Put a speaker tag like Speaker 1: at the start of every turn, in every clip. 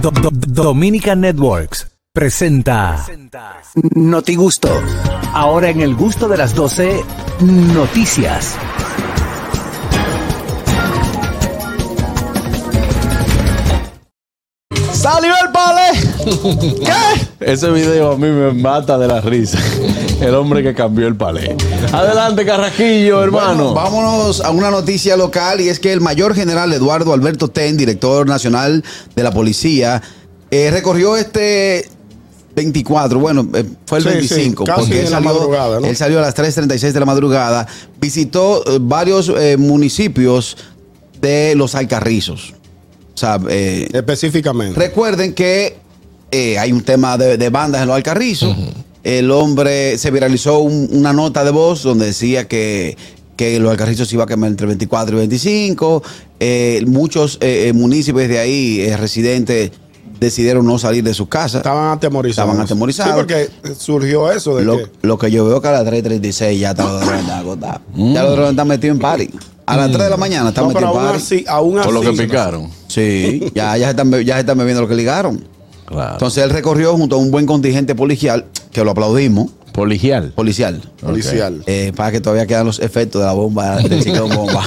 Speaker 1: Do- Do- Do- Dominica Networks presenta Noti Gusto. Ahora en el gusto de las 12, noticias.
Speaker 2: ¡Salió el palé! ¿Qué? Ese video a mí me mata de la risa. El hombre que cambió el palé. Adelante, Carraquillo, hermano.
Speaker 3: Bueno, vámonos a una noticia local y es que el mayor general Eduardo Alberto Ten, director nacional de la policía, eh, recorrió este 24, bueno, eh, fue el
Speaker 4: Sí, sí,
Speaker 3: 25,
Speaker 4: casi
Speaker 3: porque
Speaker 4: en
Speaker 3: él
Speaker 4: la
Speaker 3: salió,
Speaker 4: madrugada, ¿no?
Speaker 3: él salió a las 3.36 de la madrugada, visitó eh, varios eh, municipios de los Alcarrizos. O sea, eh,
Speaker 4: Específicamente.
Speaker 3: Recuerden que eh, hay un tema de, de bandas en los Alcarrizos. El hombre se viralizó un- una nota de voz donde decía que, que los Alcarrizos se iba a quemar entre 24 y 25. Eh, muchos eh, eh, municipios de ahí, eh, residentes, decidieron no salir de sus casas.
Speaker 4: Estaban atemorizados.
Speaker 3: Estaban atemorizados.
Speaker 4: Sí, porque surgió eso de
Speaker 3: Lo,
Speaker 4: que.
Speaker 3: lo que yo veo que a las 3.36 ya está los drones están agotados. Ya los drones están metidos en party. A las 3 de la mañana están
Speaker 4: No, pero
Speaker 3: metidos en
Speaker 4: aún
Speaker 3: party.
Speaker 4: así, ah. aún así.
Speaker 2: Por lo que picaron.
Speaker 3: Sí, ya, ya, se están, be- ya se están bebiendo lo que ligaron.
Speaker 2: Claro.
Speaker 3: Entonces él recorrió junto a un buen contingente policial, que lo aplaudimos,
Speaker 2: Policial.
Speaker 3: policial.
Speaker 4: Policial.
Speaker 3: Eh, para que todavía quedan los efectos de la bomba, del ciclón bomba.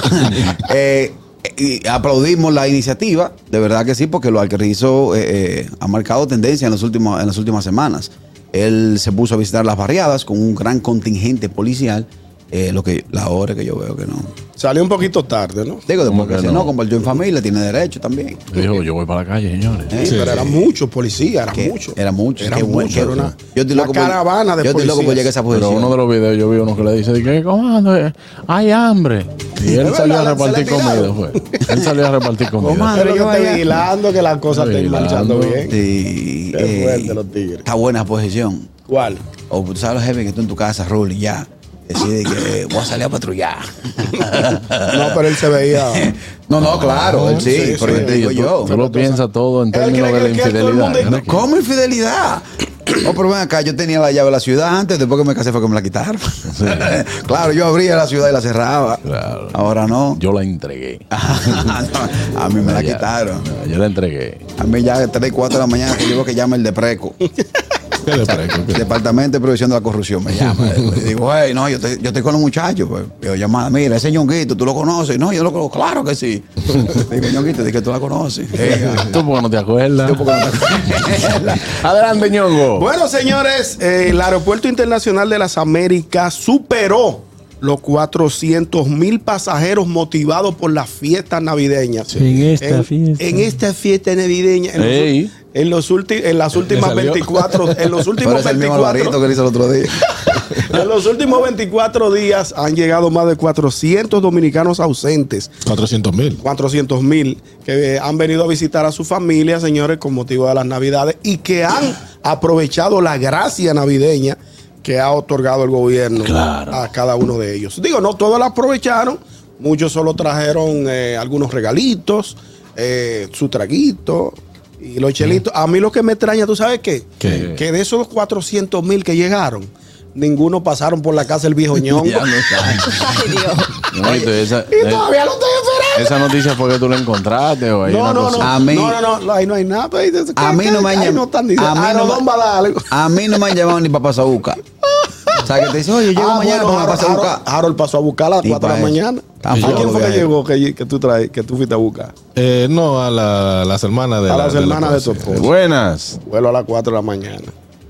Speaker 3: Eh, y aplaudimos la iniciativa, de verdad que sí, porque lo Alcarrizo eh, eh, ha marcado tendencia en, los últimos, en las últimas semanas. Él se puso a visitar las barriadas con un gran contingente policial, eh, lo que la hora que yo veo que no.
Speaker 4: Salió un poquito tarde, ¿no?
Speaker 3: Digo,
Speaker 2: ¿Cómo
Speaker 3: porque
Speaker 2: que
Speaker 3: si
Speaker 2: no?
Speaker 3: no, compartió en familia, tiene derecho también.
Speaker 2: Dijo, yo voy para la calle, señores.
Speaker 4: Sí, pero eran muchos policías, eran
Speaker 3: Que
Speaker 4: muchos.
Speaker 3: Era mucho.
Speaker 4: Era
Speaker 3: qué bueno,
Speaker 4: mucho.
Speaker 3: qué
Speaker 4: Era
Speaker 3: bueno.
Speaker 4: una,
Speaker 3: yo estoy
Speaker 4: una
Speaker 3: loco por-
Speaker 4: caravana de
Speaker 3: Yo estoy
Speaker 4: policías.
Speaker 3: loco por llegar a esa
Speaker 2: Pero
Speaker 3: posición.
Speaker 2: uno de los videos yo vi uno que le dice de que comando, eh, hay hambre. Y él
Speaker 4: Es
Speaker 2: salió a
Speaker 4: verdad, se
Speaker 2: repartir
Speaker 4: le tiraron.
Speaker 2: comida, fue. Él salió a repartir comida.
Speaker 3: madre.
Speaker 4: Pero
Speaker 3: Yo
Speaker 4: yo
Speaker 3: allá.
Speaker 4: estoy vigilando que las cosas estén
Speaker 2: Vigilando.
Speaker 4: marchando bien.
Speaker 3: Sí,
Speaker 4: Qué
Speaker 3: eh,
Speaker 4: fuerte los tigres.
Speaker 3: Está buena posición.
Speaker 4: ¿Cuál?
Speaker 3: O tú sabes los jefes que tú en tu casa, Rulli, ya. Decide que eh, voy a salir a patrullar.
Speaker 4: No, pero él se veía. Ah,
Speaker 3: no, no, claro. él sí,
Speaker 4: sí, sí, pues
Speaker 3: Oh, pero yo te digo
Speaker 2: Tú-
Speaker 3: yo.
Speaker 2: Tú lo piensas todo en términos
Speaker 4: cree
Speaker 2: de la
Speaker 4: que- que todo el
Speaker 2: infidelidad.
Speaker 4: mundo es-
Speaker 2: Enrique.
Speaker 3: ¿Cómo infidelidad? Oh, pero ven acá, yo tenía la llave de la ciudad antes, después que me casé fue que me la quitaron. claro, yo abría la ciudad y la cerraba.
Speaker 2: Claro.
Speaker 3: Ahora no.
Speaker 2: Yo la entregué.
Speaker 3: No, a mí me la
Speaker 2: Ya,
Speaker 3: quitaron.
Speaker 2: ya, Yo la entregué.
Speaker 3: A mí ya 3, 4 de la mañana que llevo que llama el de preco.
Speaker 2: ¿Qué le parece? ¿Qué?
Speaker 3: Departamento de Prevención de la Corrupción me llama. Y digo, hey, no, yo estoy, yo estoy con los muchachos. Pues. Yo llamaba, mira, ese ñonguito, ¿tú lo conoces? No, yo lo conozco, claro que sí. digo, ñonguito, di que tú la conoces.
Speaker 2: Tú porque no te acuerdas. Adelante,
Speaker 3: Oh.
Speaker 2: ñongo.
Speaker 4: Bueno, señores, eh, el Aeropuerto Internacional de las Américas superó los 400 mil pasajeros motivados por las fiestas navideñas.
Speaker 5: En esta fiesta.
Speaker 4: En esta fiesta navideña. En, los-
Speaker 2: Ey.
Speaker 4: en los, ulti- en las últimas
Speaker 2: salió.
Speaker 4: 24. En los
Speaker 3: Pero
Speaker 4: últimos
Speaker 3: es el mismo Alvarito
Speaker 4: 24.
Speaker 3: que le hizo el otro día.
Speaker 4: En los últimos 24 días han llegado más de 400 dominicanos ausentes.
Speaker 6: 400 mil.
Speaker 4: 400 mil que eh, han venido a visitar a su familia, señores, con motivo de las navidades y que han aprovechado la gracia navideña que ha otorgado el gobierno a cada uno de ellos. Digo, no todos la aprovecharon, muchos solo trajeron eh, algunos regalitos, eh, su traguito y los chelitos. A mí lo que me extraña, ¿tú sabes qué?
Speaker 6: ¿Qué?
Speaker 4: Que de esos 400 mil que llegaron, ninguno pasaron por la casa del viejo ñongo.
Speaker 2: Ya no está. No, y tú, esa, eh,
Speaker 4: y todavía lo estoy esperando.
Speaker 2: esa noticia fue que tú la encontraste o hay
Speaker 4: No,
Speaker 2: una
Speaker 4: no,
Speaker 2: cosa-
Speaker 4: no.
Speaker 6: Ah,
Speaker 3: A mí-
Speaker 4: no, no, no, no, ahí no hay nada. pero ahí dice,
Speaker 3: A
Speaker 4: ¿qué,
Speaker 3: mí
Speaker 4: qué?
Speaker 3: no me han
Speaker 4: Ahí no
Speaker 3: llamado.
Speaker 4: están diciendo.
Speaker 3: A mí no
Speaker 4: Aerodón
Speaker 3: me-
Speaker 4: va a dar algo.
Speaker 3: A mí no me han llamado ni para pasar busca. O sea, que te dice, oye, llego
Speaker 4: Ah,
Speaker 3: mañana
Speaker 4: bueno,
Speaker 3: para pasar
Speaker 4: Harold-
Speaker 3: busca.
Speaker 4: Harold pasó a buscar a las
Speaker 3: Y
Speaker 4: 4 de la
Speaker 3: para eso.
Speaker 4: mañana.
Speaker 3: Tan
Speaker 4: ¿A quién
Speaker 3: flojo
Speaker 4: fue
Speaker 3: que
Speaker 4: que
Speaker 3: es.
Speaker 4: llegó que, que tú traes, que tú fuiste a buscar?
Speaker 6: Eh, no, a la- las hermanas de
Speaker 4: A
Speaker 6: la-
Speaker 4: las
Speaker 6: de la
Speaker 4: hermanas de tu
Speaker 6: esposa.
Speaker 4: esposo.
Speaker 2: Buenas.
Speaker 4: Vuelo a las 4 de la mañana.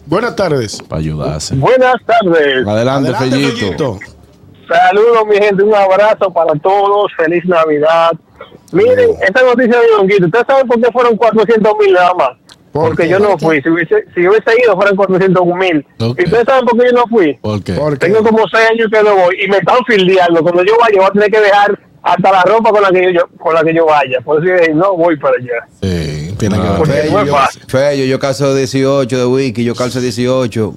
Speaker 4: Buenas tardes.
Speaker 2: Para ayudarse.
Speaker 7: Buenas tardes.
Speaker 2: Adelante, Fellito.
Speaker 4: Fellito.
Speaker 7: Saludos, mi gente. Un abrazo para todos. Feliz Navidad. Miren, esta noticia de Donguito. ¿Ustedes saben por qué fueron 400 mil nada más?
Speaker 4: ¿Por
Speaker 7: Porque
Speaker 4: qué?
Speaker 7: yo no fui. Si hubiese, si hubiese ido, fueran 400 mil.
Speaker 6: Ok.
Speaker 7: ¿Y ustedes saben por qué yo no fui?
Speaker 6: ¿Por qué?
Speaker 4: ¿Por qué?
Speaker 7: Tengo como seis años que no voy y me están fildeando. Cuando yo vaya, voy a tener que dejar hasta la ropa con la que yo, con la que yo vaya. Por eso yo dije, no voy para allá.
Speaker 6: Sí, tiene
Speaker 2: Ah,
Speaker 6: que
Speaker 7: Porque
Speaker 6: ver.
Speaker 7: no
Speaker 3: Fello,
Speaker 7: es
Speaker 3: yo,
Speaker 7: fácil.
Speaker 3: Fello, yo calzo 18 de wiki, yo calzo 18.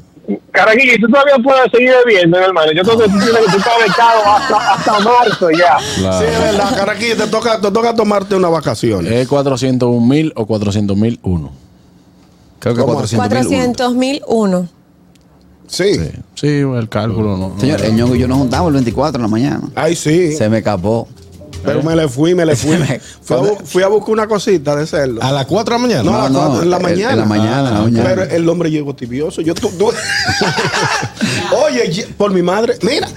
Speaker 7: Caraguillo, tú todavía puedes seguir bebiendo, mi hermano. Yo creo que tú tienes que tú estás becado hasta, hasta marzo ya.
Speaker 4: Sí,
Speaker 2: Claro.
Speaker 4: es verdad, Caraquí, te toca, te toca tomarte una vacación.
Speaker 2: ¿Es 401 mil o 400 mil uno?
Speaker 3: Creo que
Speaker 4: ¿Cómo?
Speaker 3: 400 mil.
Speaker 8: 400 mil uno.
Speaker 4: Sí.
Speaker 2: Sí, sí el cálculo no. no
Speaker 3: Señor, el ñongo y yo nos juntamos el 24 en la mañana.
Speaker 4: Ay, sí.
Speaker 3: Se me escapó.
Speaker 4: Pero me le fui, me le fui. fui, a, bu- fui a buscar una cosita de cerdo.
Speaker 6: A las 4 de la mañana.
Speaker 4: No, a las
Speaker 3: no,
Speaker 4: cuatro, en la
Speaker 3: en-
Speaker 4: mañana. Ah,
Speaker 3: en la mañana, en la mañana.
Speaker 4: Pero el hombre llegó tibioso. Yo tu- tu- Oye, ye- por mi madre, mira.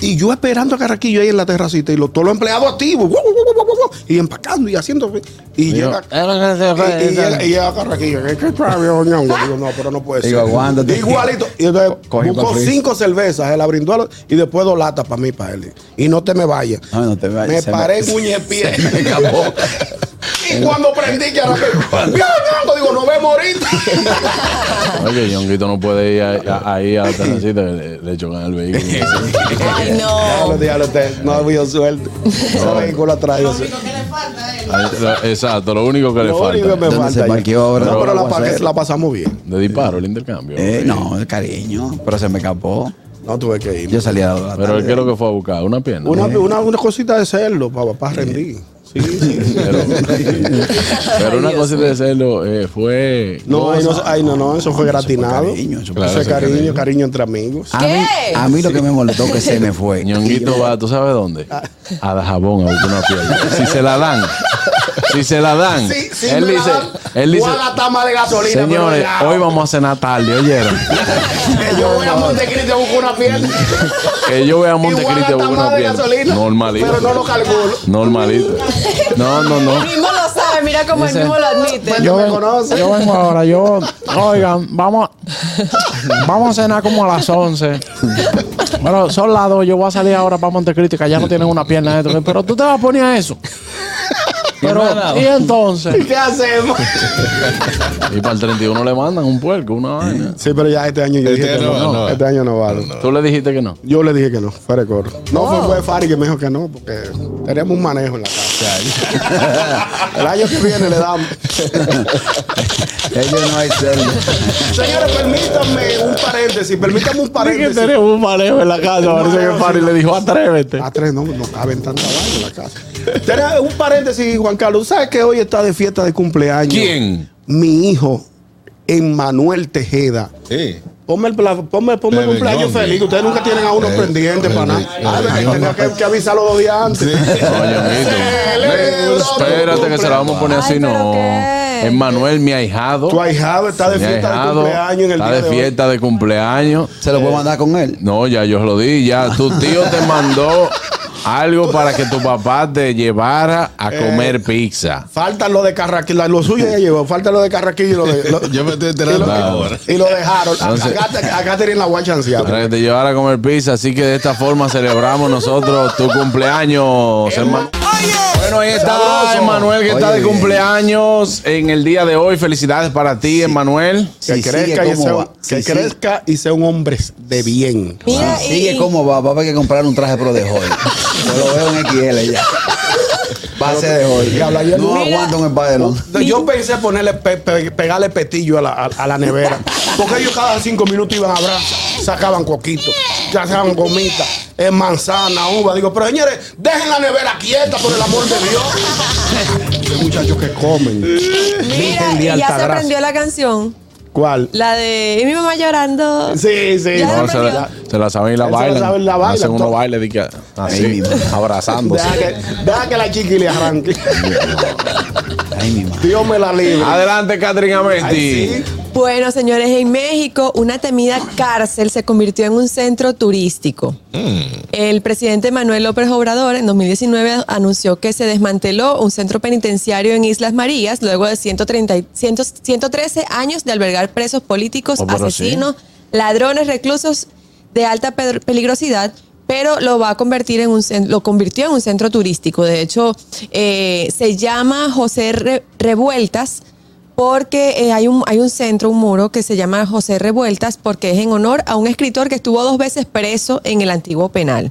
Speaker 4: Y yo esperando a Carraquillo ahí en la terracita y los, todos los empleados activos. guau, guau, guau, guau, guau, y empacando y haciendo. Y llega. Y, y llega- y llega Carraquillo. ¿Qué, qué trabajo, ñongo? Digo, no, pero no puede ser.
Speaker 3: Digo, aguántate.
Speaker 4: Igualito. Y entonces
Speaker 3: Cogió
Speaker 4: buscó
Speaker 3: pa' freír.
Speaker 4: cinco cervezas, él la brindó a los- y después dos latas para mí, para él. Y no te me vayas.
Speaker 3: No, no te vayas,
Speaker 4: Me
Speaker 3: se
Speaker 4: paré
Speaker 3: me-
Speaker 4: puñepié.
Speaker 3: se me acabó.
Speaker 4: Y cuando prendí que arranqué, "Bien, Ñongo", digo, no vemos ahorita.
Speaker 2: Oye, Yonguito no puede ir a- a- ahí a la terracita, le, le chocan el vehículo.
Speaker 5: Ay, no.
Speaker 4: Diablo, diablo, te- no ha habido suerte. Ese vehículo ha traído suerte.
Speaker 2: Ahí, lo- exacto, lo único que le
Speaker 4: Lo
Speaker 2: falta.
Speaker 4: único que me
Speaker 3: ¿Dónde se
Speaker 4: falta. ya.
Speaker 3: parqueó ahora?
Speaker 4: No, pero la,
Speaker 3: Aguacero.
Speaker 4: pa- la pasamos bien.
Speaker 2: De disparo, el intercambio.
Speaker 3: Eh,
Speaker 2: Sí.
Speaker 3: no, cariño, pero se me escapó.
Speaker 4: No tuve que ir.
Speaker 3: Yo salí a la
Speaker 2: Pero
Speaker 3: tarde.
Speaker 2: es que lo que fue a buscar, una pierna.
Speaker 4: Una, una, una cosita de cerdo para rendir. Sí, sí. sí.
Speaker 2: Pero, pero una
Speaker 5: Ay, Dios
Speaker 2: cosa de hacerlo eh, fue.
Speaker 4: No, ahí no, ahí no, no, eso fue gratinado.
Speaker 3: cariño, eso
Speaker 4: Eso
Speaker 3: fue
Speaker 4: es
Speaker 6: cariño.
Speaker 4: cariño, Ah, cariño entre amigos.
Speaker 3: A mí,
Speaker 5: ¿Qué?
Speaker 3: a mí lo que me molestó que se me fue.
Speaker 2: Ñonguito va, ¿tú sabes dónde?
Speaker 4: Ah.
Speaker 2: A Dajabón, a buscar una pierna. Si se la dan. Si se la dan. él
Speaker 4: me la
Speaker 2: dice.
Speaker 4: dan,
Speaker 2: él dice.
Speaker 4: voy a gastar más de gasolina, pero
Speaker 2: Señores,
Speaker 4: ya.
Speaker 2: hoy vamos a cenar tarde, ¿oyeron?
Speaker 4: Yo voy a Montecristi a buscar una pierna.
Speaker 2: Que yo voy a Montecristi a buscar
Speaker 4: Igual hasta
Speaker 2: una
Speaker 4: más de
Speaker 2: pierna.
Speaker 4: gasolina.
Speaker 2: Normalito.
Speaker 4: Pero no lo calculo.
Speaker 2: Normalito. No, no, no.
Speaker 5: El mismo lo sabe, mira cómo el mismo lo admite.
Speaker 4: Yo me conoce.
Speaker 8: Yo vengo ahora, yo. Oigan, vamos a, vamos a cenar como a las 11. Bueno, son las 2. Yo voy a salir ahora para Montecristi, que ya no tienen una pierna. Esto. Pero tú te vas a poner a eso. Pero, y entonces.
Speaker 4: ¿Qué hacemos?
Speaker 2: Y para el 31 le mandan un puerco, una vaina.
Speaker 4: Sí, pero ya este año yo
Speaker 6: Este
Speaker 4: dije que
Speaker 6: año
Speaker 4: no.
Speaker 6: no, no.
Speaker 4: Este año no vale.
Speaker 2: Tú le dijiste que no.
Speaker 4: Yo le dije que no, fuera de coro. No, fue, fue Fari que me dijo que no, porque tenemos un manejo en la casa. El año que viene le damos.
Speaker 3: Ellos no hay cerdo.
Speaker 4: Señores, permítanme un paréntesis, permítanme un paréntesis.
Speaker 8: un manejo en la casa.
Speaker 4: parece que Fari le
Speaker 8: dijo, atrévete.
Speaker 4: A tres no, no caben tanta vaina en la casa. Tenés un paréntesis, Juan Carlos. ¿Sabes que hoy está de fiesta de cumpleaños?
Speaker 2: ¿Quién?
Speaker 4: Mi hijo, Emmanuel Tejeda.
Speaker 6: Sí.
Speaker 4: Ponme el, pla- ponme, ponme el
Speaker 6: Bebe
Speaker 4: cumpleaños
Speaker 6: Yondi.
Speaker 4: feliz, que ustedes nunca tienen a uno
Speaker 6: Bebe-
Speaker 4: pendiente para nada.
Speaker 6: Bebe-
Speaker 4: Ah,
Speaker 6: Bebe
Speaker 4: que tenía que, que avisarlo dos días antes.
Speaker 2: Oye, amiguito.
Speaker 4: Celebro tu
Speaker 2: Espérate que se la vamos a poner
Speaker 5: Ay,
Speaker 2: así,
Speaker 5: pero
Speaker 2: no.
Speaker 5: qué.
Speaker 2: Es Manuel, mi ahijado.
Speaker 4: Tu ahijado está de
Speaker 2: Mi
Speaker 4: fiesta de
Speaker 2: ahijado
Speaker 4: cumpleaños en el
Speaker 2: Está
Speaker 4: día
Speaker 2: de
Speaker 4: de hoy.
Speaker 2: fiesta de cumpleaños.
Speaker 3: Se lo puedo mandar con él.
Speaker 2: No, ya yo lo di, ya tu tío te mandó algo para que tu papá te llevara a
Speaker 4: Eh,
Speaker 2: comer pizza.
Speaker 4: Faltan lo de Carraquillo, lo suyo ya llegó, faltan lo de Carraquillo y lo de. lo-
Speaker 6: Yo me estoy
Speaker 4: y,
Speaker 6: enterando Ah,
Speaker 4: lo,
Speaker 6: ahora.
Speaker 4: y lo dejaron.
Speaker 2: Entonces-
Speaker 4: acá, acá tienen la guan chanceada.
Speaker 2: Para que te llevara a comer pizza, así que de esta forma celebramos nosotros tu cumpleaños, hermano. Bueno, ahí está
Speaker 4: Sabroso.
Speaker 2: Emanuel que está
Speaker 3: Oye,
Speaker 2: de
Speaker 3: bien.
Speaker 2: cumpleaños en el día de hoy. Felicidades para ti, Emanuel.
Speaker 4: Que
Speaker 3: Si
Speaker 4: crezca,
Speaker 3: sigue
Speaker 4: y
Speaker 3: como
Speaker 4: sea,
Speaker 3: va.
Speaker 4: que
Speaker 3: Si sigue-
Speaker 4: crezca y sea un hombre de bien.
Speaker 5: Mira,
Speaker 3: Si
Speaker 5: y-
Speaker 3: sigue como va, va a haber que comprar un traje pro de hoy. Yo lo veo en XL ya. Va a ser de
Speaker 4: Diablo,
Speaker 3: hoy.
Speaker 4: ayer-
Speaker 3: No
Speaker 4: Mira.
Speaker 3: aguanto un espadero.
Speaker 4: Yo pensé ponerle pe- pe- pegarle petillo a la, a, a la nevera. Porque ellos cada cinco minutos iban a abrazar, sacaban coquito, sacaban gomita, eh, manzana, uva. Digo, pero señores, dejen la nevera quieta por el amor de Dios. Hay muchachos que comen.
Speaker 5: mira,
Speaker 4: Virgen de
Speaker 5: y ya se
Speaker 4: Altagracia.
Speaker 5: aprendió la canción.
Speaker 4: ¿Cuál?
Speaker 5: La de "Y mi mamá llorando.
Speaker 4: Sí, sí.
Speaker 5: Ya
Speaker 2: No,
Speaker 5: se
Speaker 2: se, la, se la saben y la
Speaker 4: Él se la
Speaker 2: bailan.
Speaker 4: sabe y la bailan.
Speaker 2: Hacen unos
Speaker 4: To-
Speaker 2: bailes de que- así, abrazándose.
Speaker 4: Deja que, deja que la chiqui le arranque.
Speaker 3: Ay, mi madre.
Speaker 4: Dios me la libre.
Speaker 2: Adelante, Catherine Amesti.
Speaker 4: Ay, sí.
Speaker 5: Bueno, señores, en México una temida cárcel se convirtió en un centro turístico.
Speaker 2: Mm.
Speaker 5: El presidente Manuel López Obrador en 2019 anunció que se desmanteló un centro penitenciario en Islas Marías luego de 130, y- 100 113 años de albergar presos políticos,
Speaker 2: Oh, pero sí.
Speaker 5: asesinos, ladrones, reclusos de alta pe- peligrosidad, pero lo va a convertir en un cen- lo convirtió en un centro turístico. De hecho, eh, se llama José Re- Revueltas porque eh, hay, un, hay un centro, un muro que se llama José Revueltas porque es en honor a un escritor que estuvo dos veces preso en el antiguo penal.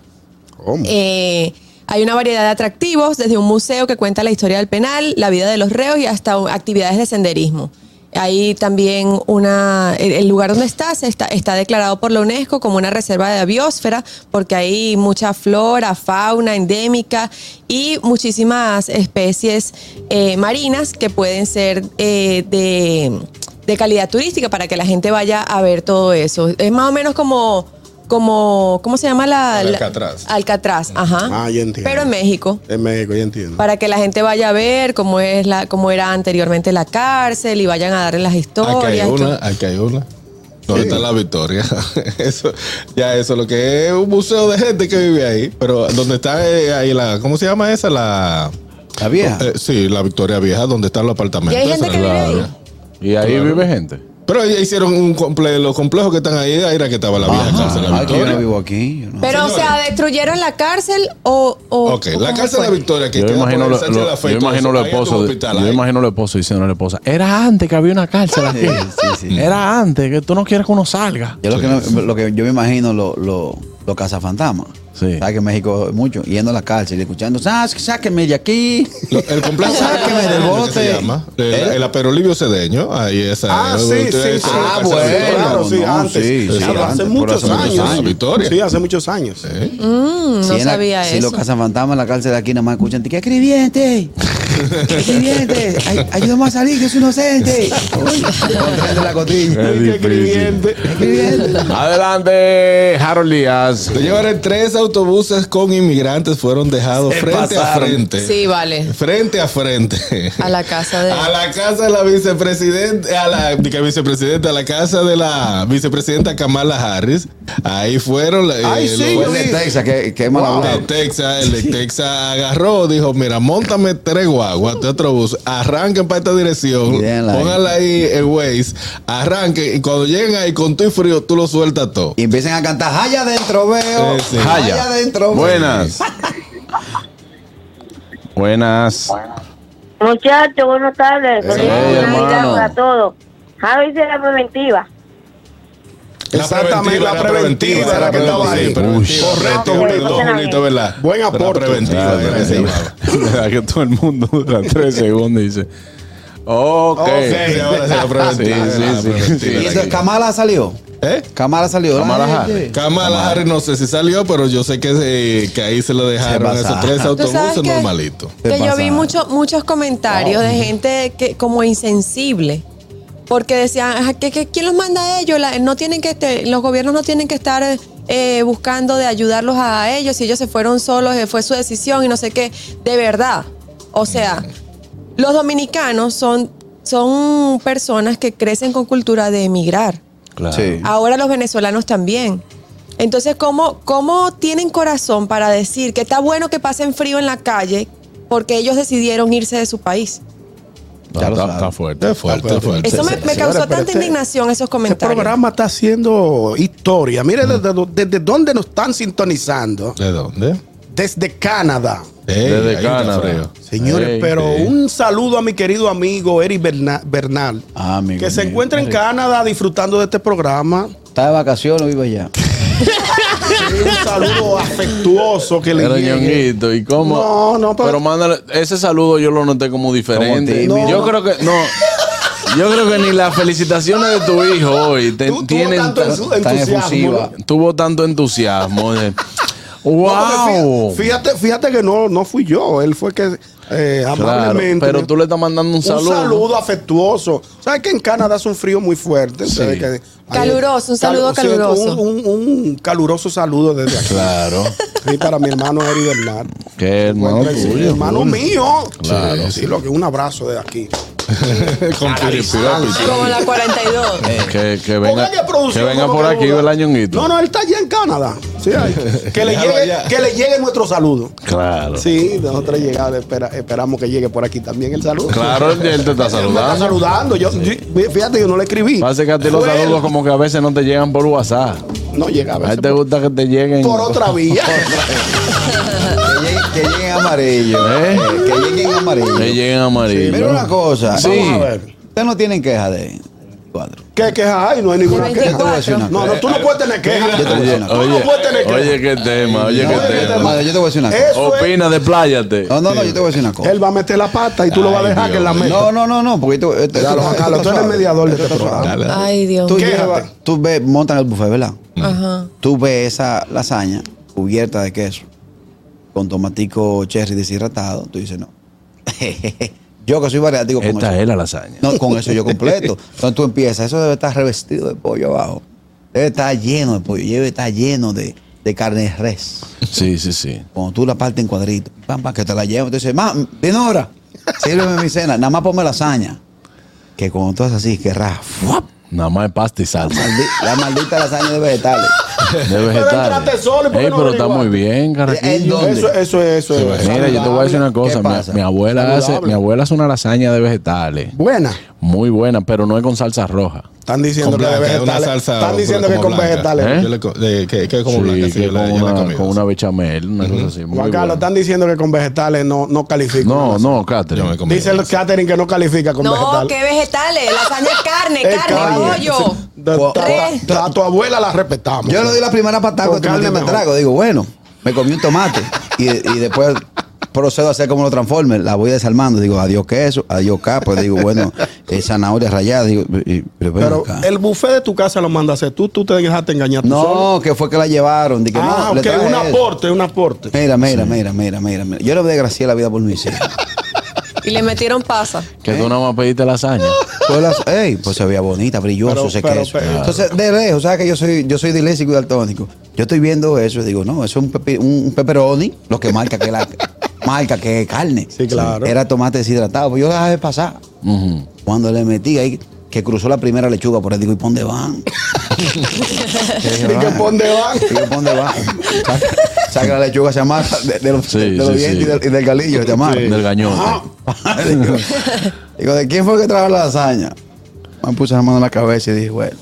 Speaker 5: Eh, hay una variedad de atractivos, desde un museo que cuenta la historia del penal, la vida de los reos y hasta u- actividades de senderismo. Hay también una, el, el lugar donde estás está, está declarado por la UNESCO como una reserva de la biosfera porque hay mucha flora, fauna endémica y muchísimas especies eh, marinas que pueden ser eh, de, de calidad turística para que la gente vaya a ver todo eso. Es más o menos como como, ¿cómo se llama la?
Speaker 9: Al
Speaker 5: la-
Speaker 9: Alcatraz.
Speaker 5: Alcatraz, ajá.
Speaker 4: Ah, yo entiendo.
Speaker 5: Pero en México.
Speaker 4: En México, yo entiendo.
Speaker 5: Para que la gente vaya a ver cómo es la, cómo era anteriormente la cárcel y vayan a darle las
Speaker 6: Aquí Ah, hay
Speaker 5: historias.
Speaker 6: una, aquí hay una. ¿Dónde está la victoria? Eso, ya eso lo que es un museo de gente que vive ahí. Pero donde está eh, ahí la, ¿cómo se llama esa? La
Speaker 3: La vieja.
Speaker 6: eh, sí, la Victoria Vieja, donde están los apartamentos.
Speaker 5: Y hay gente
Speaker 6: Esa
Speaker 5: que
Speaker 6: es la-
Speaker 5: vive ahí.
Speaker 2: Y ahí vive gente.
Speaker 6: Pero ya hicieron un comple los complejos que están ahí, ahí era que estaba la vieja cárcel, la
Speaker 3: Ah, que yo no
Speaker 6: Victoria.
Speaker 3: vivo aquí. yo no.
Speaker 5: Pero, o sea, ¿destruyeron la cárcel o...? o
Speaker 6: Ok,
Speaker 5: o
Speaker 6: la
Speaker 5: cómo
Speaker 6: cárcel
Speaker 5: fue?
Speaker 6: de la Victoria que
Speaker 2: Yo
Speaker 6: queda por
Speaker 2: imagino,
Speaker 6: el
Speaker 2: lo,
Speaker 6: Sánchez
Speaker 2: lo-
Speaker 6: Lafayette,
Speaker 2: yo imagino
Speaker 6: eso,
Speaker 2: los
Speaker 6: ahí hay un
Speaker 2: esposos. de-
Speaker 6: hospital
Speaker 2: Yo
Speaker 6: ahí.
Speaker 2: imagino los esposos diciendo a la esposa.
Speaker 8: Era antes que había una cárcel aquí.
Speaker 3: Sí, sí, sí.
Speaker 8: Era antes que tú no quieres que uno salga.
Speaker 3: Yo lo que, no- lo que yo me imagino, lo, lo, lo cazafantasma.
Speaker 2: Sí.
Speaker 3: ¿Sabes que en México mucho? Yendo a la cárcel y escuchando, "Sá- sáqueme de aquí.
Speaker 6: Lo- El complejo
Speaker 3: Sáqueme del
Speaker 6: ¿Cómo que
Speaker 3: bote.
Speaker 6: se llama?
Speaker 5: Mm,
Speaker 6: El, el Aperolibio Cedeño. Ahí esa.
Speaker 4: ¿Eh? Ah,
Speaker 6: eh,
Speaker 4: sí, sí,
Speaker 6: usted-
Speaker 4: sí.
Speaker 6: esa- esa- esa-
Speaker 3: bueno.
Speaker 4: Claro, sí,
Speaker 3: No,
Speaker 4: antes.
Speaker 3: sí, sí,
Speaker 4: Claro, hace
Speaker 3: antes,
Speaker 4: muchos
Speaker 3: por hace muchos
Speaker 4: años.
Speaker 6: años. Victoria.
Speaker 4: Sí, hace muchos años.
Speaker 5: Mm,
Speaker 3: Si
Speaker 5: no
Speaker 3: en la-
Speaker 5: sabía
Speaker 3: si
Speaker 5: eso.
Speaker 3: los cazafantasmas en la cárcel de aquí nada más escuchan, ¡qué escribiente! ¡Qué escribiente! Ay- ¡Ayúdame a salir, que soy inocente! Encontrando la cotilla.
Speaker 2: Es difícil. Adelante, Harold Díaz.
Speaker 6: Señores, tres autobuses con inmigrantes fueron dejados frente a frente.
Speaker 5: Sí, vale.
Speaker 6: Frente a frente.
Speaker 5: A la casa de-
Speaker 6: A la casa de la vicepresidenta, a la diga, vicepresidenta, a la casa de la vicepresidenta Kamala Harris. Ahí fueron. eh,
Speaker 4: Ay, sí,
Speaker 6: los-
Speaker 4: yo
Speaker 3: Fue
Speaker 4: vi.
Speaker 3: en Texas, que, que es mala
Speaker 4: Wow.
Speaker 3: onda.
Speaker 6: de Texas, el de Texas agarró, dijo, mira, montame tres guaguas, tres autobuses, arranquen para esta dirección,
Speaker 3: Bien, ahí.
Speaker 6: pónganla ahí el Waze, arranquen, y cuando lleguen ahí con tu frío, tú lo sueltas todo.
Speaker 3: Y empiezan a cantar, ¡Jaya adentro, veo!
Speaker 6: Sí, sí.
Speaker 3: ¡Jaya adentro, veo!
Speaker 2: Buenas. Buenas.
Speaker 10: Muchachos, buenas tardes.
Speaker 6: Eso,
Speaker 10: Feliz
Speaker 2: hey,
Speaker 10: Navidad
Speaker 2: hermano.
Speaker 10: para todos. Javi de la preventiva.
Speaker 4: Exactamente, la preventiva era la que estaba ahí.
Speaker 6: preventiva. Correcto,
Speaker 10: Uy.
Speaker 6: Julito, Julito, ¿verdad?
Speaker 4: Buen
Speaker 6: Era
Speaker 4: aporte.
Speaker 6: preventiva,
Speaker 2: Ah,
Speaker 6: era que se llamaba.
Speaker 2: verdad que todo el mundo dura tres segundos y dice. Ok.
Speaker 6: Sí, ahora sí, la preventiva,
Speaker 2: Sí, sí,
Speaker 6: la
Speaker 2: sí,
Speaker 6: preventiva,
Speaker 2: sí.
Speaker 3: Y
Speaker 6: la
Speaker 3: eso,
Speaker 6: que-
Speaker 3: Kamala salió.
Speaker 6: ¿Eh?
Speaker 3: Kamala salió.
Speaker 2: Kamala
Speaker 3: Ay,
Speaker 2: Harris.
Speaker 6: Kamala Harris no sé si salió, pero yo sé que, se- que ahí se lo dejaron
Speaker 3: Se
Speaker 6: esos
Speaker 3: pasa.
Speaker 6: tres
Speaker 5: ¿Tú sabes
Speaker 6: autobuses
Speaker 5: qué?
Speaker 6: normalitos.
Speaker 3: ¿Qué
Speaker 5: Que yo
Speaker 3: pasa? Ah.
Speaker 5: vi muchos muchos comentarios de gente que como insensible. Porque decían, "Ajá, ¿qué- qué- ¿quién los manda a ellos? La- no tienen que, este- los gobiernos no tienen que estar eh, eh, buscando de ayudarlos a ellos. Si ellos se fueron solos, eh, fue su decisión y no sé qué. De verdad. O sea, los dominicanos son, son personas que crecen con cultura de emigrar.
Speaker 2: Claro.
Speaker 3: Sí.
Speaker 5: Ahora los venezolanos también. Entonces, ¿cómo, ¿cómo tienen corazón para decir que está bueno que pasen frío en la calle porque ellos decidieron irse de su país?
Speaker 3: Ya lo
Speaker 2: Está,
Speaker 3: sabe.
Speaker 2: está fuerte.
Speaker 6: Qué fuerte, qué fuerte.
Speaker 5: Eso me, me
Speaker 4: señora,
Speaker 5: causó
Speaker 4: pero
Speaker 5: tanta
Speaker 4: este-
Speaker 5: indignación esos
Speaker 4: Este
Speaker 5: comentarios.
Speaker 4: programa está haciendo historia. Mire
Speaker 2: Mm.
Speaker 4: desde, desde dónde nos están sintonizando.
Speaker 6: ¿De dónde?
Speaker 4: Desde Canadá.
Speaker 6: Ey, ahí
Speaker 2: Desde
Speaker 6: está
Speaker 2: Canadá.
Speaker 6: frío.
Speaker 4: Señores,
Speaker 2: Ey,
Speaker 4: pero
Speaker 2: sí.
Speaker 4: un saludo a mi querido amigo Eric Berna- Bernal,
Speaker 3: Ah, amigo
Speaker 4: que se
Speaker 3: mío.
Speaker 4: encuentra en Canadá disfrutando de este programa.
Speaker 3: Está de vacaciones, vive allá.
Speaker 4: Y un saludo afectuoso que le
Speaker 2: Pero
Speaker 4: llegue.
Speaker 2: ñonguito, ¿y cómo?
Speaker 4: No, no, pero-
Speaker 2: pero. mándale. Ese saludo yo lo noté como diferente.
Speaker 3: Como tímido.
Speaker 2: yo creo que. No. Yo creo que ni las felicitaciones de tu hijo hoy te,
Speaker 4: Tú- tuvo
Speaker 2: tienen.
Speaker 4: tanto
Speaker 2: tan-
Speaker 4: ensu-
Speaker 3: tan efusiva.
Speaker 2: tuvo tanto entusiasmo. de-
Speaker 4: No, porque
Speaker 2: ¡Wow!
Speaker 4: fí- Fíjate, fíjate que no, no fui yo, él fue que eh,
Speaker 2: Claro,
Speaker 4: amablemente.
Speaker 2: pero tú le estás mandando un
Speaker 4: un saludo,
Speaker 2: saludo.
Speaker 4: afectuoso. ¿Sabes que en Canadá hace un frío muy fuerte? ¿Sabes que-
Speaker 5: Caluroso, un saludo
Speaker 4: Cal- o sea,
Speaker 5: caluroso.
Speaker 4: Un, un- un caluroso saludo desde aquí.
Speaker 2: Claro.
Speaker 4: Sí, para mi hermano Eri Bernal.
Speaker 2: Qué hermano
Speaker 4: Encuentra- sí,
Speaker 2: tuyo.
Speaker 4: hermano mío.
Speaker 2: Claro.
Speaker 4: Sí, sí, lo que un abrazo desde aquí.
Speaker 6: Con piripiropi.
Speaker 5: Como la 42.
Speaker 2: Que, que
Speaker 4: Porque
Speaker 2: venga,
Speaker 4: hay que producir
Speaker 2: que venga
Speaker 4: uno
Speaker 2: por
Speaker 4: que
Speaker 2: aquí,
Speaker 4: duda.
Speaker 2: ¿verdad, ñonguito?
Speaker 4: No, no, él está allá en Canadá. Sí, ahí. que, le
Speaker 6: Déjalo
Speaker 4: llegue,
Speaker 6: allá.
Speaker 4: que le llegue nuestro saludo.
Speaker 2: Claro.
Speaker 4: Sí, nosotros llegamos, espera- esperamos que llegue por aquí también el saludo.
Speaker 2: Claro, él te está
Speaker 4: Él me está
Speaker 2: saludando.
Speaker 4: saludando. Yo, yo- fíjate, yo no le escribí.
Speaker 2: Pasa que a ti los
Speaker 4: Fue él.
Speaker 2: saludos como que a veces no te llegan por WhatsApp.
Speaker 4: No llegaba.
Speaker 2: A ti te gusta que te lleguen.
Speaker 4: Por otra vía.
Speaker 3: Que lleguen, que lleguen amarillo.
Speaker 2: ¿Eh?
Speaker 3: Que lleguen amarillo.
Speaker 2: Te llegan amarillo.
Speaker 3: Mira una cosa.
Speaker 2: Sí.
Speaker 4: Vamos a ver.
Speaker 3: Ustedes no tienen queja de cuadro.
Speaker 4: ¿Qué queja hay? No hay ninguna
Speaker 5: De
Speaker 4: queja.
Speaker 5: 24.
Speaker 4: No, no, tú no puedes tener queja.
Speaker 3: Yo te voy a decir una
Speaker 4: Tú no puedes tener
Speaker 2: oye,
Speaker 4: queja.
Speaker 2: oye, qué tema, oye,
Speaker 3: No,
Speaker 2: qué
Speaker 3: no,
Speaker 2: tema.
Speaker 3: no, yo te voy a decir una cosa.
Speaker 4: Eso es-
Speaker 2: Opina, despláyate.
Speaker 3: No, no, no, yo te voy a decir una cosa.
Speaker 4: Él va a meter la pata y tú lo vas a dejar que en la meta.
Speaker 3: No, no, no, no, porque tú, esto-
Speaker 4: Ya,
Speaker 3: esto-
Speaker 4: lo,
Speaker 3: esto
Speaker 4: Carlos,
Speaker 3: está
Speaker 4: tú eres
Speaker 3: suave.
Speaker 4: mediador de este
Speaker 3: Esto está suave.
Speaker 4: programa.
Speaker 5: Ay, Dios.
Speaker 3: Tú
Speaker 4: Quéjate.
Speaker 3: llevas, tú ves, montan el buffet, ¿verdad?
Speaker 5: Ajá.
Speaker 3: Tú ves esa lasaña cubierta de queso con tomatico cherry deshidratado. Tú dices, no. yo que soy variático con
Speaker 2: Esta
Speaker 3: eso.
Speaker 2: es la lasaña.
Speaker 3: No, con eso yo completo. Entonces tú empiezas, eso debe estar revestido de pollo abajo. Debe estar lleno de pollo, debe estar lleno de, de carne de res.
Speaker 2: Sí, sí, sí.
Speaker 3: Cuando tú la partes en cuadritos, pam, pam, que te la llevo. Entonces, ma, viene ahora, sírveme mi cena, nada más ponme lasaña. Que cuando tú haces así, que ra, ¡fuap!
Speaker 2: Nada más es pasta y salsa.
Speaker 3: Maldi- la maldita lasaña de vegetales.
Speaker 2: De vegetales.
Speaker 4: entraste solo, ¿y por qué
Speaker 2: Ey,
Speaker 4: no
Speaker 2: pero está
Speaker 4: averiguaste?
Speaker 2: muy bien,
Speaker 3: ¿En
Speaker 2: Carraquillo.
Speaker 3: dónde?
Speaker 4: Eso, eso es, eso es.
Speaker 2: Mira, yo te voy a decir una cosa.
Speaker 3: ¿Qué
Speaker 2: Mi,
Speaker 3: pasa?
Speaker 2: mi abuela hace,
Speaker 4: Saludable.
Speaker 2: mi abuela hace una lasaña de vegetales.
Speaker 4: Buena.
Speaker 2: Muy buena, pero no es con salsa roja.
Speaker 4: Están diciendo
Speaker 6: Con
Speaker 4: que de
Speaker 6: blanca,
Speaker 4: vegetales.
Speaker 6: una salsa
Speaker 4: están
Speaker 6: como-
Speaker 4: diciendo que
Speaker 6: como
Speaker 4: con
Speaker 6: blanca.
Speaker 4: vegetales.
Speaker 2: ¿Eh?
Speaker 6: Yo le co- de- que, que es como
Speaker 2: Sí,
Speaker 6: blanca, sí,
Speaker 2: que
Speaker 6: yo la,
Speaker 2: con,
Speaker 6: yo la he
Speaker 2: una,
Speaker 6: comido.
Speaker 2: con una bechamel, una cosa así. muy
Speaker 4: Juan Carlos,
Speaker 2: buena.
Speaker 4: están diciendo que con vegetales no, no califica.
Speaker 2: No, no, Catherine.
Speaker 6: Yo me he comido
Speaker 4: Dice el
Speaker 6: esa.
Speaker 4: catering que no califica con
Speaker 5: No,
Speaker 4: vegetales.
Speaker 5: qué vegetales. Lasaña es carne,
Speaker 4: Es
Speaker 5: carne,
Speaker 4: carne.
Speaker 5: pollo.
Speaker 4: De-
Speaker 3: Cu-
Speaker 4: ta-
Speaker 5: Tres.
Speaker 4: ta- a tu abuela la respetamos.
Speaker 3: Yo le doy la primera patada
Speaker 4: Con
Speaker 3: con carne
Speaker 4: carne
Speaker 3: me
Speaker 4: mejor.
Speaker 3: trago. Digo, bueno, me comí un tomate y, y después procedo a hacer como lo transforme. La voy desarmando. Digo, adiós queso, adiós capo. Digo, bueno, eh, zanahoria rallada. Digo, y- pero, ven
Speaker 4: Pero
Speaker 3: acá.
Speaker 4: el buffet de tu casa lo manda a hacer. Tú, tú te dejaste engañar tú solo.
Speaker 3: no, que fue que la llevaron. Dije,
Speaker 4: Ah,
Speaker 3: no, le
Speaker 4: ok,
Speaker 3: traje
Speaker 4: un
Speaker 3: eso.
Speaker 4: aporte, un aporte.
Speaker 3: Mira, mira, mira, mira, mira, mira. Yo le desgracié la vida por mis hijos.
Speaker 5: Y le metieron pasa.
Speaker 2: Que tú nada más pediste lasaña.
Speaker 3: Pues, las- ey, pues se veía bonita, brilloso,
Speaker 4: Pero-
Speaker 3: ese
Speaker 4: pero-
Speaker 3: queso.
Speaker 4: pero-
Speaker 3: Entonces, de lejos, ¿sabes que yo soy, yo soy dilésico y daltónico? Yo estoy viendo eso y digo, no, eso es un, pepe, un, un pepperoni, lo que marca que es la marca que es carne.
Speaker 4: Sí, claro.
Speaker 3: Era tomate deshidratado, pues yo la dejé pasar.
Speaker 2: Ujú.
Speaker 3: Cuando le metí ahí, que cruzó la primera lechuga, por ahí digo, ¿y pon de van?
Speaker 4: Y que pon de van.
Speaker 3: Digo, ¿pon de van? Saca, saca la lechuga, se amarra de, de los,
Speaker 2: Sí,
Speaker 3: de los
Speaker 2: sí,
Speaker 3: dientes
Speaker 2: sí.
Speaker 3: y del, y del galillo, se amarra.
Speaker 2: Del gañote.
Speaker 4: Ah,
Speaker 3: digo, digo, ¿de quién fue que trajo la lasaña? Me puse la mano en la cabeza y dije, bueno.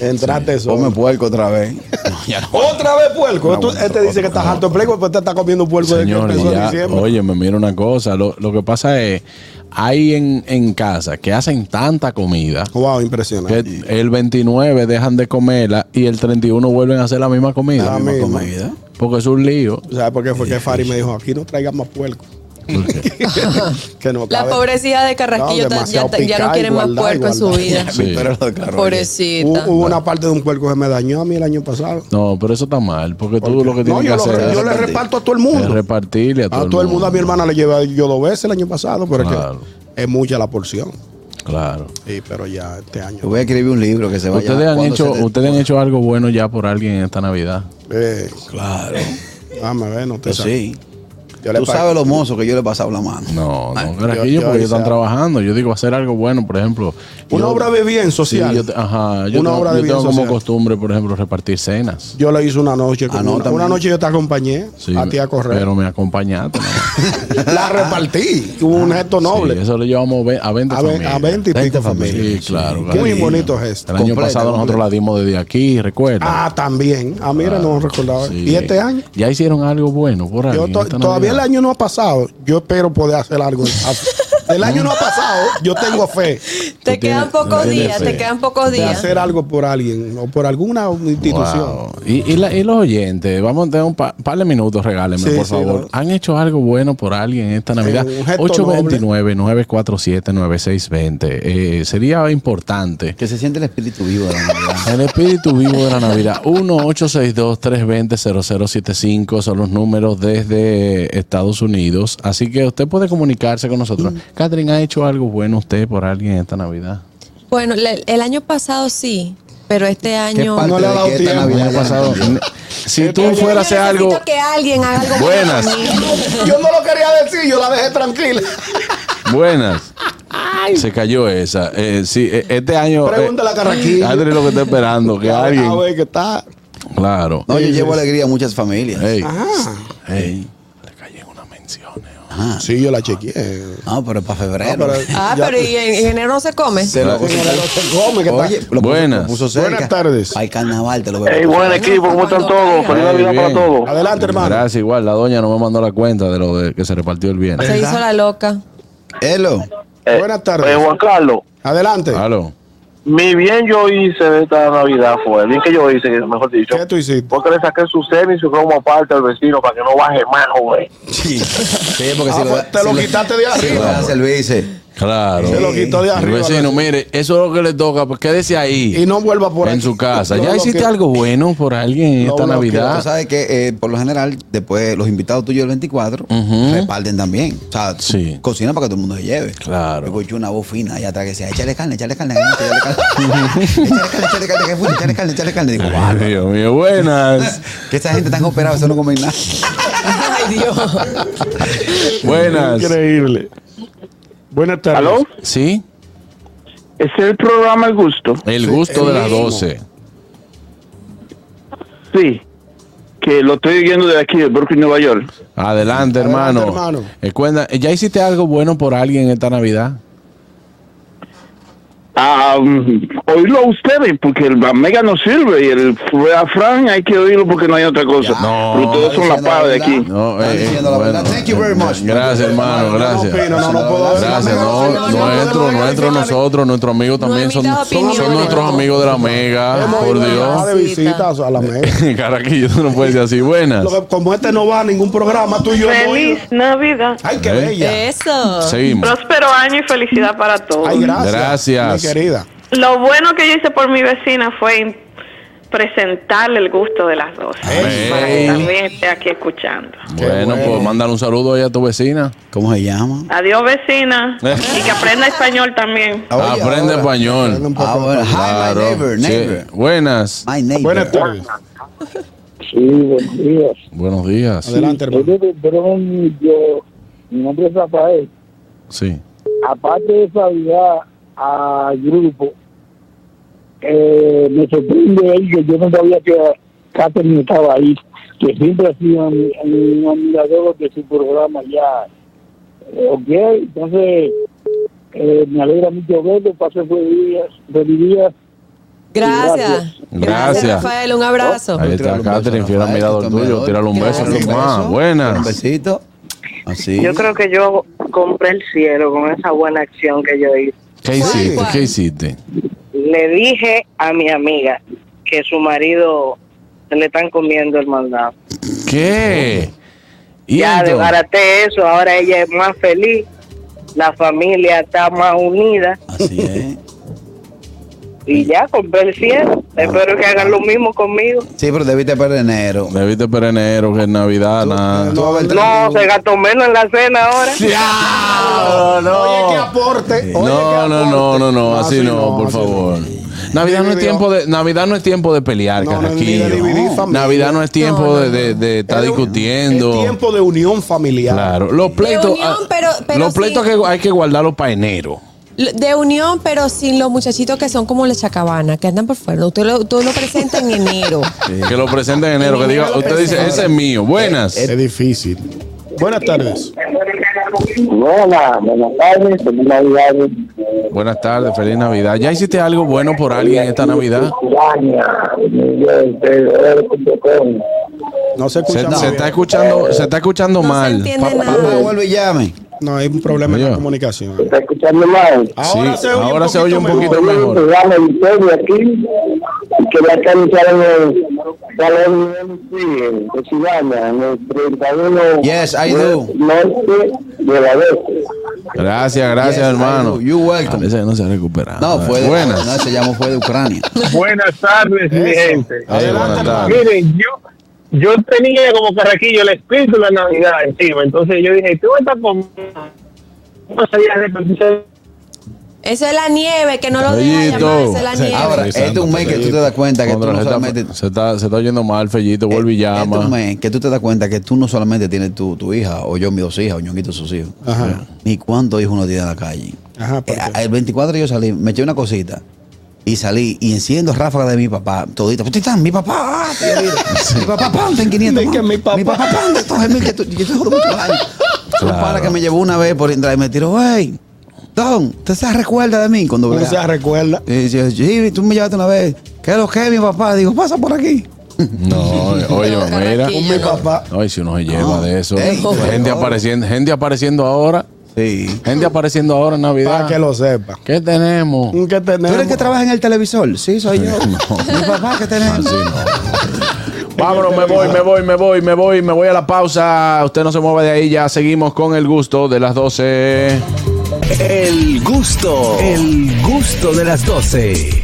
Speaker 4: Entraste eso.
Speaker 3: Come puerco otra vez.
Speaker 4: Otra vez puerco.
Speaker 3: No,
Speaker 4: Tú-
Speaker 3: bueno,
Speaker 4: este dice que estás harto de puerco, pero te está comiendo puerco
Speaker 2: Señores,
Speaker 4: desde que empezó en
Speaker 2: ya,
Speaker 4: diciembre.
Speaker 2: oye, me mira una cosa. Lo, lo que pasa es, hay en, en casa que hacen tanta comida
Speaker 4: Wow, impresionante.
Speaker 2: que el 29 dejan de comerla y el 31 vuelven a hacer la misma comida.
Speaker 4: La misma
Speaker 3: Misma comida.
Speaker 2: Porque es un lío.
Speaker 4: ¿Sabes por qué fue que Fari me dijo, aquí no traigas más puerco? que no
Speaker 5: La
Speaker 4: cabe.
Speaker 5: pobrecilla de Carrasquillo
Speaker 4: No,
Speaker 5: ta- ya,
Speaker 4: demasiado
Speaker 5: ta- ya no
Speaker 4: picada,
Speaker 5: quiere más
Speaker 4: igualdad,
Speaker 5: puerco en su
Speaker 4: igualdad. Uh,
Speaker 5: vida.
Speaker 2: Sí.
Speaker 3: Pero lo declaró.
Speaker 4: Hubo,
Speaker 5: Pobrecita.
Speaker 4: hubo una parte de un puerco que me dañó a mí el año pasado.
Speaker 2: No, pero eso está mal. Porque tú lo que tienes
Speaker 4: No,
Speaker 2: que
Speaker 4: yo, lo-
Speaker 2: hacer
Speaker 4: yo le
Speaker 2: es,
Speaker 4: reparto a todo el
Speaker 2: es
Speaker 4: mundo.
Speaker 2: repartirle a
Speaker 4: A todo el mundo, a mi hermana le llevé yo dos veces el año pasado, pero es que
Speaker 2: Claro.
Speaker 4: es mucha la porción.
Speaker 2: Claro.
Speaker 4: Sí, pero ya este
Speaker 3: Yo
Speaker 4: año.
Speaker 3: voy a escribir un libro que se vaya.
Speaker 2: Ustedes han,
Speaker 3: ¿Cuándo
Speaker 2: hecho,
Speaker 3: se te-
Speaker 2: ustedes han hecho algo bueno ya por alguien en esta Navidad.
Speaker 4: Eh,
Speaker 3: Claro.
Speaker 4: dame ver, no te
Speaker 3: Pues
Speaker 4: sabes.
Speaker 3: sí.
Speaker 4: Yo le
Speaker 3: Tú
Speaker 4: pagué.
Speaker 3: sabes lo mozo que yo le he pasado la mano.
Speaker 2: No, no,
Speaker 4: Ah, yo-
Speaker 2: carajillo,
Speaker 4: yo
Speaker 2: porque ellos
Speaker 4: avisaba.
Speaker 2: están trabajando. Yo digo, hacer algo bueno, por ejemplo.
Speaker 4: Una
Speaker 2: yo-
Speaker 4: obra de bien
Speaker 2: Sí,
Speaker 4: social.
Speaker 2: yo, te- ajá, yo
Speaker 4: Una
Speaker 2: tengo,
Speaker 4: obra
Speaker 2: yo
Speaker 4: de bien
Speaker 2: tengo como
Speaker 4: social.
Speaker 2: costumbre, por ejemplo, repartir cenas.
Speaker 4: Yo le hice una noche. con
Speaker 3: Ah, no,
Speaker 4: una,
Speaker 3: también.
Speaker 4: una noche yo te acompañé
Speaker 2: Sí,
Speaker 4: a ti a correr.
Speaker 2: Pero me acompañaste. ¿no?
Speaker 4: La repartí. Hubo un gesto noble.
Speaker 2: Ah, Sí, eso lo llevamos ve- a 20
Speaker 4: a, ve-
Speaker 2: familias.
Speaker 4: a 20 y pico
Speaker 3: 20
Speaker 4: familias.
Speaker 2: Sí, claro.
Speaker 4: Muy
Speaker 2: carajillo.
Speaker 4: bonito gesto.
Speaker 2: El año
Speaker 3: Completa,
Speaker 2: pasado nosotros
Speaker 3: completa.
Speaker 2: la dimos desde aquí, recuerda.
Speaker 4: Ah, también. Ah, mira, no recordaba.
Speaker 2: Sí.
Speaker 4: ¿Y este año?
Speaker 2: Ya hicieron algo bueno por ahí.
Speaker 4: Yo to- todavía el año no ha pasado. Yo espero poder hacer algo. El año no ha pasado. Yo tengo fe
Speaker 5: Te
Speaker 2: Tú tienes-
Speaker 5: quedan pocos
Speaker 2: tú tienes
Speaker 5: días,
Speaker 2: fe.
Speaker 5: te quedan pocos
Speaker 4: de
Speaker 5: días.
Speaker 4: hacer algo por alguien o por alguna institución.
Speaker 2: Y, y la- y los oyentes, vamos a tener un pa- par de minutos, regálenme,
Speaker 4: Sí,
Speaker 2: por
Speaker 4: sí,
Speaker 2: favor.
Speaker 4: no. Eh,
Speaker 2: ¿Han hecho algo bueno por alguien esta Navidad?
Speaker 4: un gesto
Speaker 2: 829-947-9620. Eh, sería importante
Speaker 3: Que se siente el espíritu vivo de la Navidad.
Speaker 2: El espíritu vivo de la Navidad. 1-862-320-0075 son los números desde Estados Unidos. Así que usted puede comunicarse con nosotros.
Speaker 4: Mm.
Speaker 2: Catherine, ¿ha hecho algo bueno usted por alguien esta Navidad?
Speaker 5: Bueno, le- el año pasado sí, pero este
Speaker 3: ¿Qué
Speaker 5: año.
Speaker 3: parte
Speaker 4: No le ha dado
Speaker 3: de que esta
Speaker 4: tiempo.
Speaker 3: Navidad
Speaker 2: Ha
Speaker 3: ya
Speaker 2: pasado-
Speaker 3: no cambió?
Speaker 2: Si tú
Speaker 5: Yo- yo
Speaker 2: fueras a hacer
Speaker 5: necesito
Speaker 2: algo...
Speaker 5: que alguien haga algo bueno
Speaker 2: Buenas.
Speaker 5: conmigo.
Speaker 4: Yo no lo quería decir, yo la dejé tranquila.
Speaker 2: Buenas. Se cayó esa. Eh, sí, eh, este año... eh,
Speaker 4: Pregúntale a Carraquillo.
Speaker 2: Catherine lo que está esperando, que
Speaker 4: A ver,
Speaker 2: alguien...
Speaker 4: a ver, que está.
Speaker 2: Claro.
Speaker 3: No, yo llevo alegría a muchas familias.
Speaker 2: Ey,
Speaker 4: Ah.
Speaker 2: ey, le caí en una mención. eh.
Speaker 4: Sí, yo la chequeé.
Speaker 3: No, pero es para
Speaker 4: Ah,
Speaker 3: febrero.
Speaker 4: pero-
Speaker 5: Ah,
Speaker 4: ya-
Speaker 5: pero
Speaker 2: pues.
Speaker 5: y en, en enero no se come.
Speaker 3: Se lo-
Speaker 4: Señora, no se come, que está-
Speaker 3: Oye, lo puso-
Speaker 2: Buenas.
Speaker 3: lo puso cerca.
Speaker 4: Buenas tardes.
Speaker 3: Hay carnaval, te lo veo.
Speaker 7: Hey, buen equipo, ¿cómo están todos? Feliz
Speaker 2: Ey,
Speaker 7: Navidad para
Speaker 2: bien.
Speaker 7: todos.
Speaker 4: Adelante, hermano.
Speaker 2: Gracias, igual. La doña no me mandó la cuenta de lo de que se repartió el bien.
Speaker 5: Se hizo la loca.
Speaker 3: Elo.
Speaker 7: Eh,
Speaker 4: Buenas tardes.
Speaker 7: eh, Juan Carlos,
Speaker 4: Adelante.
Speaker 2: Claro.
Speaker 7: mi bien yo hice de esta Navidad fue, el bien que yo hice, mejor dicho,
Speaker 4: ¿Qué tú hiciste?
Speaker 7: porque le saqué su cena y su cromo aparte al vecino para que no baje más, güey.
Speaker 3: Sí, porque
Speaker 4: Ah,
Speaker 3: si lo
Speaker 4: pues,
Speaker 3: da-
Speaker 4: te
Speaker 3: si
Speaker 4: lo quitaste de
Speaker 3: Si lo
Speaker 4: arriba. Ah.
Speaker 3: das el vice.
Speaker 2: Claro.
Speaker 4: Se lo quitó de arriba.
Speaker 2: El vecino, mire, eso es lo que le toca, pues quédese ahí.
Speaker 4: Y no vuelva por
Speaker 2: en
Speaker 4: aquí.
Speaker 2: su casa.
Speaker 4: Lo
Speaker 2: ¿Ya hiciste
Speaker 4: bloqueó.
Speaker 2: algo bueno por alguien en
Speaker 4: Lo
Speaker 2: esta
Speaker 4: bloqueo,
Speaker 2: Navidad?
Speaker 3: Tú sabes que eh, por lo general, después los invitados tuyos del 24 reparten también. O sea, tú
Speaker 2: Sí.
Speaker 3: cocina para que todo el mundo se lleve.
Speaker 2: Claro.
Speaker 3: Yo escuché una voz fina allá atrás que decía, échale carne, échale carne, échale carne, échale carne, échale carne, que fue, échale carne, échale carne. Digo,
Speaker 2: Ay,
Speaker 3: "Guau,
Speaker 2: Dios mío, buenas.
Speaker 3: que esa gente tan operada, eso no comen nada.
Speaker 5: Ay, Dios.
Speaker 2: buenas.
Speaker 4: Increíble. Buenas tardes.
Speaker 7: ¿Aló?
Speaker 2: ¿Sí?
Speaker 7: Es el programa El Gusto.
Speaker 2: El gusto
Speaker 4: el
Speaker 2: de las
Speaker 4: mismo.
Speaker 2: 12.
Speaker 7: Sí. Que lo estoy viendo de aquí, de Brooklyn, Nueva York.
Speaker 2: Adelante,
Speaker 4: Adelante,
Speaker 2: hermano.
Speaker 4: hermano.
Speaker 2: Eh, cuenta, ¿Ya hiciste algo bueno por alguien esta Navidad?
Speaker 7: Ah, mm, oírlo a ustedes, porque el Mega no sirve y el Fra- Fran hay que oírlo porque no hay otra cosa.
Speaker 2: no,
Speaker 7: Pero ustedes son la paz de aquí.
Speaker 2: No, eh,
Speaker 3: Estás diciendo la verdad. Thank you very much.
Speaker 2: Gracias, hermano,
Speaker 4: no
Speaker 2: Ah, gracias.
Speaker 4: opino, no, no puedo decir
Speaker 2: Gracias, no,
Speaker 4: nada.
Speaker 5: No, no, no,
Speaker 2: nuestro,
Speaker 4: no, no,
Speaker 2: nuestro,
Speaker 4: no, no,
Speaker 2: nosotros, nuestros amigos también son,
Speaker 5: emitas
Speaker 2: son,
Speaker 5: opiniones.
Speaker 2: nuestros amigos de la mega,
Speaker 4: Hemos
Speaker 2: por
Speaker 4: ido a
Speaker 2: Dios.
Speaker 4: de visitas a la mesa.
Speaker 2: Caraquillo, tú no puedes decir así, buenas.
Speaker 4: Lo que- Como este no va a ningún programa, tú y yo hemos ido.
Speaker 10: Feliz Navidad.
Speaker 4: Ay, qué
Speaker 2: ¿Eh?
Speaker 4: bella.
Speaker 5: Eso.
Speaker 2: Seguimos.
Speaker 10: Próspero año y felicidad para todos.
Speaker 4: Ay, gracias.
Speaker 2: Gracias.
Speaker 4: Mi querida.
Speaker 10: Lo bueno que yo hice por mi vecina fue in- presentarle el gusto de las dos.
Speaker 2: Amén.
Speaker 10: Para que también esté aquí escuchando.
Speaker 2: Bueno, pues mandar un saludo ahí a tu vecina.
Speaker 3: ¿Cómo se llama?
Speaker 10: Adiós, vecina. y que aprenda español también.
Speaker 3: Oye,
Speaker 2: Aprende
Speaker 3: ahora.
Speaker 2: español.
Speaker 4: Un poco
Speaker 3: Ah, bueno. Hi,
Speaker 2: Claro.
Speaker 3: my neighbor,
Speaker 2: Sí.
Speaker 3: neighbor.
Speaker 2: Buenas.
Speaker 3: My neighbor.
Speaker 4: Buenas tardes.
Speaker 7: Sí, buenos días.
Speaker 2: Buenos días.
Speaker 4: Adelante, hermano.
Speaker 7: yo. Mi nombre es Rafael.
Speaker 2: Sí.
Speaker 7: aparte de saludar al grupo, eh, me sorprende ver que yo no sabía que Catherine estaba ahí, que siempre ha sido mi- mi- un admirador de su programa ya. Eh, ok, entonces eh, me alegra mucho verlo, pase feliz día, feliz día.
Speaker 5: Gracias.
Speaker 2: Gracias. Oh.
Speaker 5: Rafael. Un abrazo.
Speaker 2: Ahí
Speaker 3: Tírale
Speaker 2: está
Speaker 3: un beso,
Speaker 2: Catherine, fiel
Speaker 3: Rafael,
Speaker 2: admirador
Speaker 3: tu
Speaker 2: tuyo.
Speaker 3: admirador.
Speaker 2: Tírale un beso.
Speaker 5: Tírale
Speaker 3: un
Speaker 2: Tomás.
Speaker 3: beso. Un
Speaker 2: Buenas.
Speaker 3: besito. Así.
Speaker 10: Yo creo que yo compré el cielo con esa buena acción que yo hice.
Speaker 2: ¿Qué
Speaker 5: ¿Cuál,
Speaker 2: hiciste?
Speaker 5: cuál?
Speaker 2: ¿Qué hiciste?
Speaker 10: Le dije a mi amiga que su marido se le están comiendo el mandado.
Speaker 2: ¿Qué? ¿Y
Speaker 10: ya
Speaker 2: entonces?
Speaker 10: desbaraté eso, ahora ella es más feliz, la familia está más unida
Speaker 3: Así es.
Speaker 10: y ya compré el cielo. Espero que hagan lo mismo conmigo.
Speaker 3: Sí, pero debiste perder enero.
Speaker 2: Debiste para enero, que es Navidad, nada.
Speaker 3: Tú vas a ver
Speaker 10: No, se gastó menos en la cena ahora.
Speaker 2: ¡Diablo,
Speaker 4: Oye, qué aporte. Oye, qué
Speaker 2: No, no,
Speaker 4: aporte.
Speaker 2: no, no, no, así no, por
Speaker 4: así
Speaker 2: favor. Navidad no es tiempo de Navidad no es tiempo de pelear,
Speaker 4: No, no, ni
Speaker 2: Carraquillo.
Speaker 4: de dividir familia.
Speaker 2: Navidad no es tiempo
Speaker 5: No,
Speaker 2: de-
Speaker 5: no.
Speaker 2: de de estar
Speaker 4: Es un-
Speaker 2: discutiendo.
Speaker 4: Es tiempo de unión familiar.
Speaker 2: Claro, los pleitos
Speaker 5: unión,
Speaker 2: ah,
Speaker 5: pero- pero
Speaker 2: los
Speaker 5: sí.
Speaker 2: pleitos que hay que guardarlos para enero.
Speaker 5: L- De unión, pero sin los muchachitos que son como la chacabana, que andan por fuera. Usted lo, tú lo presenta en enero.
Speaker 2: Que lo presenten en enero, que
Speaker 5: En enero
Speaker 2: diga,
Speaker 5: lo
Speaker 2: usted dice,
Speaker 5: presentan.
Speaker 2: ese es mío. Buenas.
Speaker 4: Es difícil. Buenas tardes.
Speaker 7: Hola, buenas tardes, feliz Navidad.
Speaker 2: Buenas tardes, feliz Navidad. ¿Ya hiciste algo bueno por alguien esta Navidad?
Speaker 4: No se escucha
Speaker 2: Se,
Speaker 4: muy
Speaker 2: se
Speaker 4: bien.
Speaker 2: está escuchando, se está escuchando
Speaker 5: No se
Speaker 2: mal.
Speaker 5: entiende
Speaker 2: Pa-
Speaker 5: nada.
Speaker 3: No vuelve y llame.
Speaker 4: No, hay un problema en
Speaker 2: Oye.
Speaker 4: la comunicación.
Speaker 7: ¿Está escuchando mal?
Speaker 2: Sí, ahora se oye un poquito
Speaker 7: Tengo
Speaker 2: mejor.
Speaker 7: un programa en serio aquí que va a estar en el Salón MC de Chivana, en el 31
Speaker 3: Yes, I do.
Speaker 7: norte de la Veste.
Speaker 2: Gracias, gracias,
Speaker 3: Yes,
Speaker 2: hermano.
Speaker 3: I do. You're welcome.
Speaker 2: Parece que no se ha recuperado.
Speaker 3: No, fue de,
Speaker 2: Buenas.
Speaker 3: no, se llamó fue de Ucrania.
Speaker 7: Buenas tardes, mi gente.
Speaker 2: Ey, buenas tardes.
Speaker 7: Miren, yo, yo tenía como carraquillo el espíritu de la Navidad encima, entonces yo dije, tú estás con... No sabía repetirse.
Speaker 5: Eso es la nieve, que no lo deja
Speaker 2: Fellito.
Speaker 5: llamarse la nieve.
Speaker 3: Ahora, este es un mes que tú te das cuenta que tú
Speaker 2: Contra,
Speaker 3: no
Speaker 2: se,
Speaker 3: solamente...
Speaker 2: está, se, está, se está oyendo mal, Fellito. Vuelve y
Speaker 3: Este es un
Speaker 2: llama.
Speaker 3: mes que tú te das cuenta que tú no solamente tienes tu, tu hija, o yo mis dos hijas, o ñonguito sus hijos,
Speaker 4: Ajá.
Speaker 3: ni cuántos hijos uno tiene en la calle.
Speaker 4: Ajá, ¿por
Speaker 3: Eh,
Speaker 4: qué?
Speaker 3: el 24 yo salí, me eché una cosita y salí y enciendo ráfaga de mi papá, todita. ¿Usted está? Mi papá, ah, tío, mira. mi papá, pam, ten 500.
Speaker 4: De que
Speaker 3: mam.
Speaker 4: mi papá.
Speaker 3: mi papá, pam, de estos es mil que tú, que tú jodas mucho años. Un pana que me llevó una vez por entrar y me tiró, hey, Don, ¿usted se recuerda de mí? Cuando
Speaker 4: No
Speaker 3: vea.
Speaker 4: se recuerda.
Speaker 2: eh,
Speaker 3: Y dice, Jimmy, tú me llevaste una vez. ¿Qué es lo que es mi papá? Digo, pasa por aquí.
Speaker 2: No, oye,
Speaker 5: No,
Speaker 2: mira.
Speaker 5: Carraquillo.
Speaker 4: Mi papá.
Speaker 2: Ay, si uno se lleva
Speaker 3: No.
Speaker 2: de eso.
Speaker 3: Ey,
Speaker 2: gente,
Speaker 3: no.
Speaker 2: apareciendo, gente apareciendo ahora.
Speaker 3: Sí.
Speaker 2: Gente apareciendo ahora en
Speaker 4: Para
Speaker 2: Navidad.
Speaker 4: que lo sepa.
Speaker 2: ¿Qué tenemos?
Speaker 4: ¿Qué tenemos?
Speaker 3: ¿Tú eres el que trabaja en el televisor? Sí, soy yo. Mi papá que tenés.
Speaker 2: Así Ah, no. Vámonos, me voy, me voy, me voy, me voy, me voy a la pausa. Usted no se mueva de ahí, ya seguimos con el gusto de las 12.
Speaker 1: El gusto, el gusto de las 12.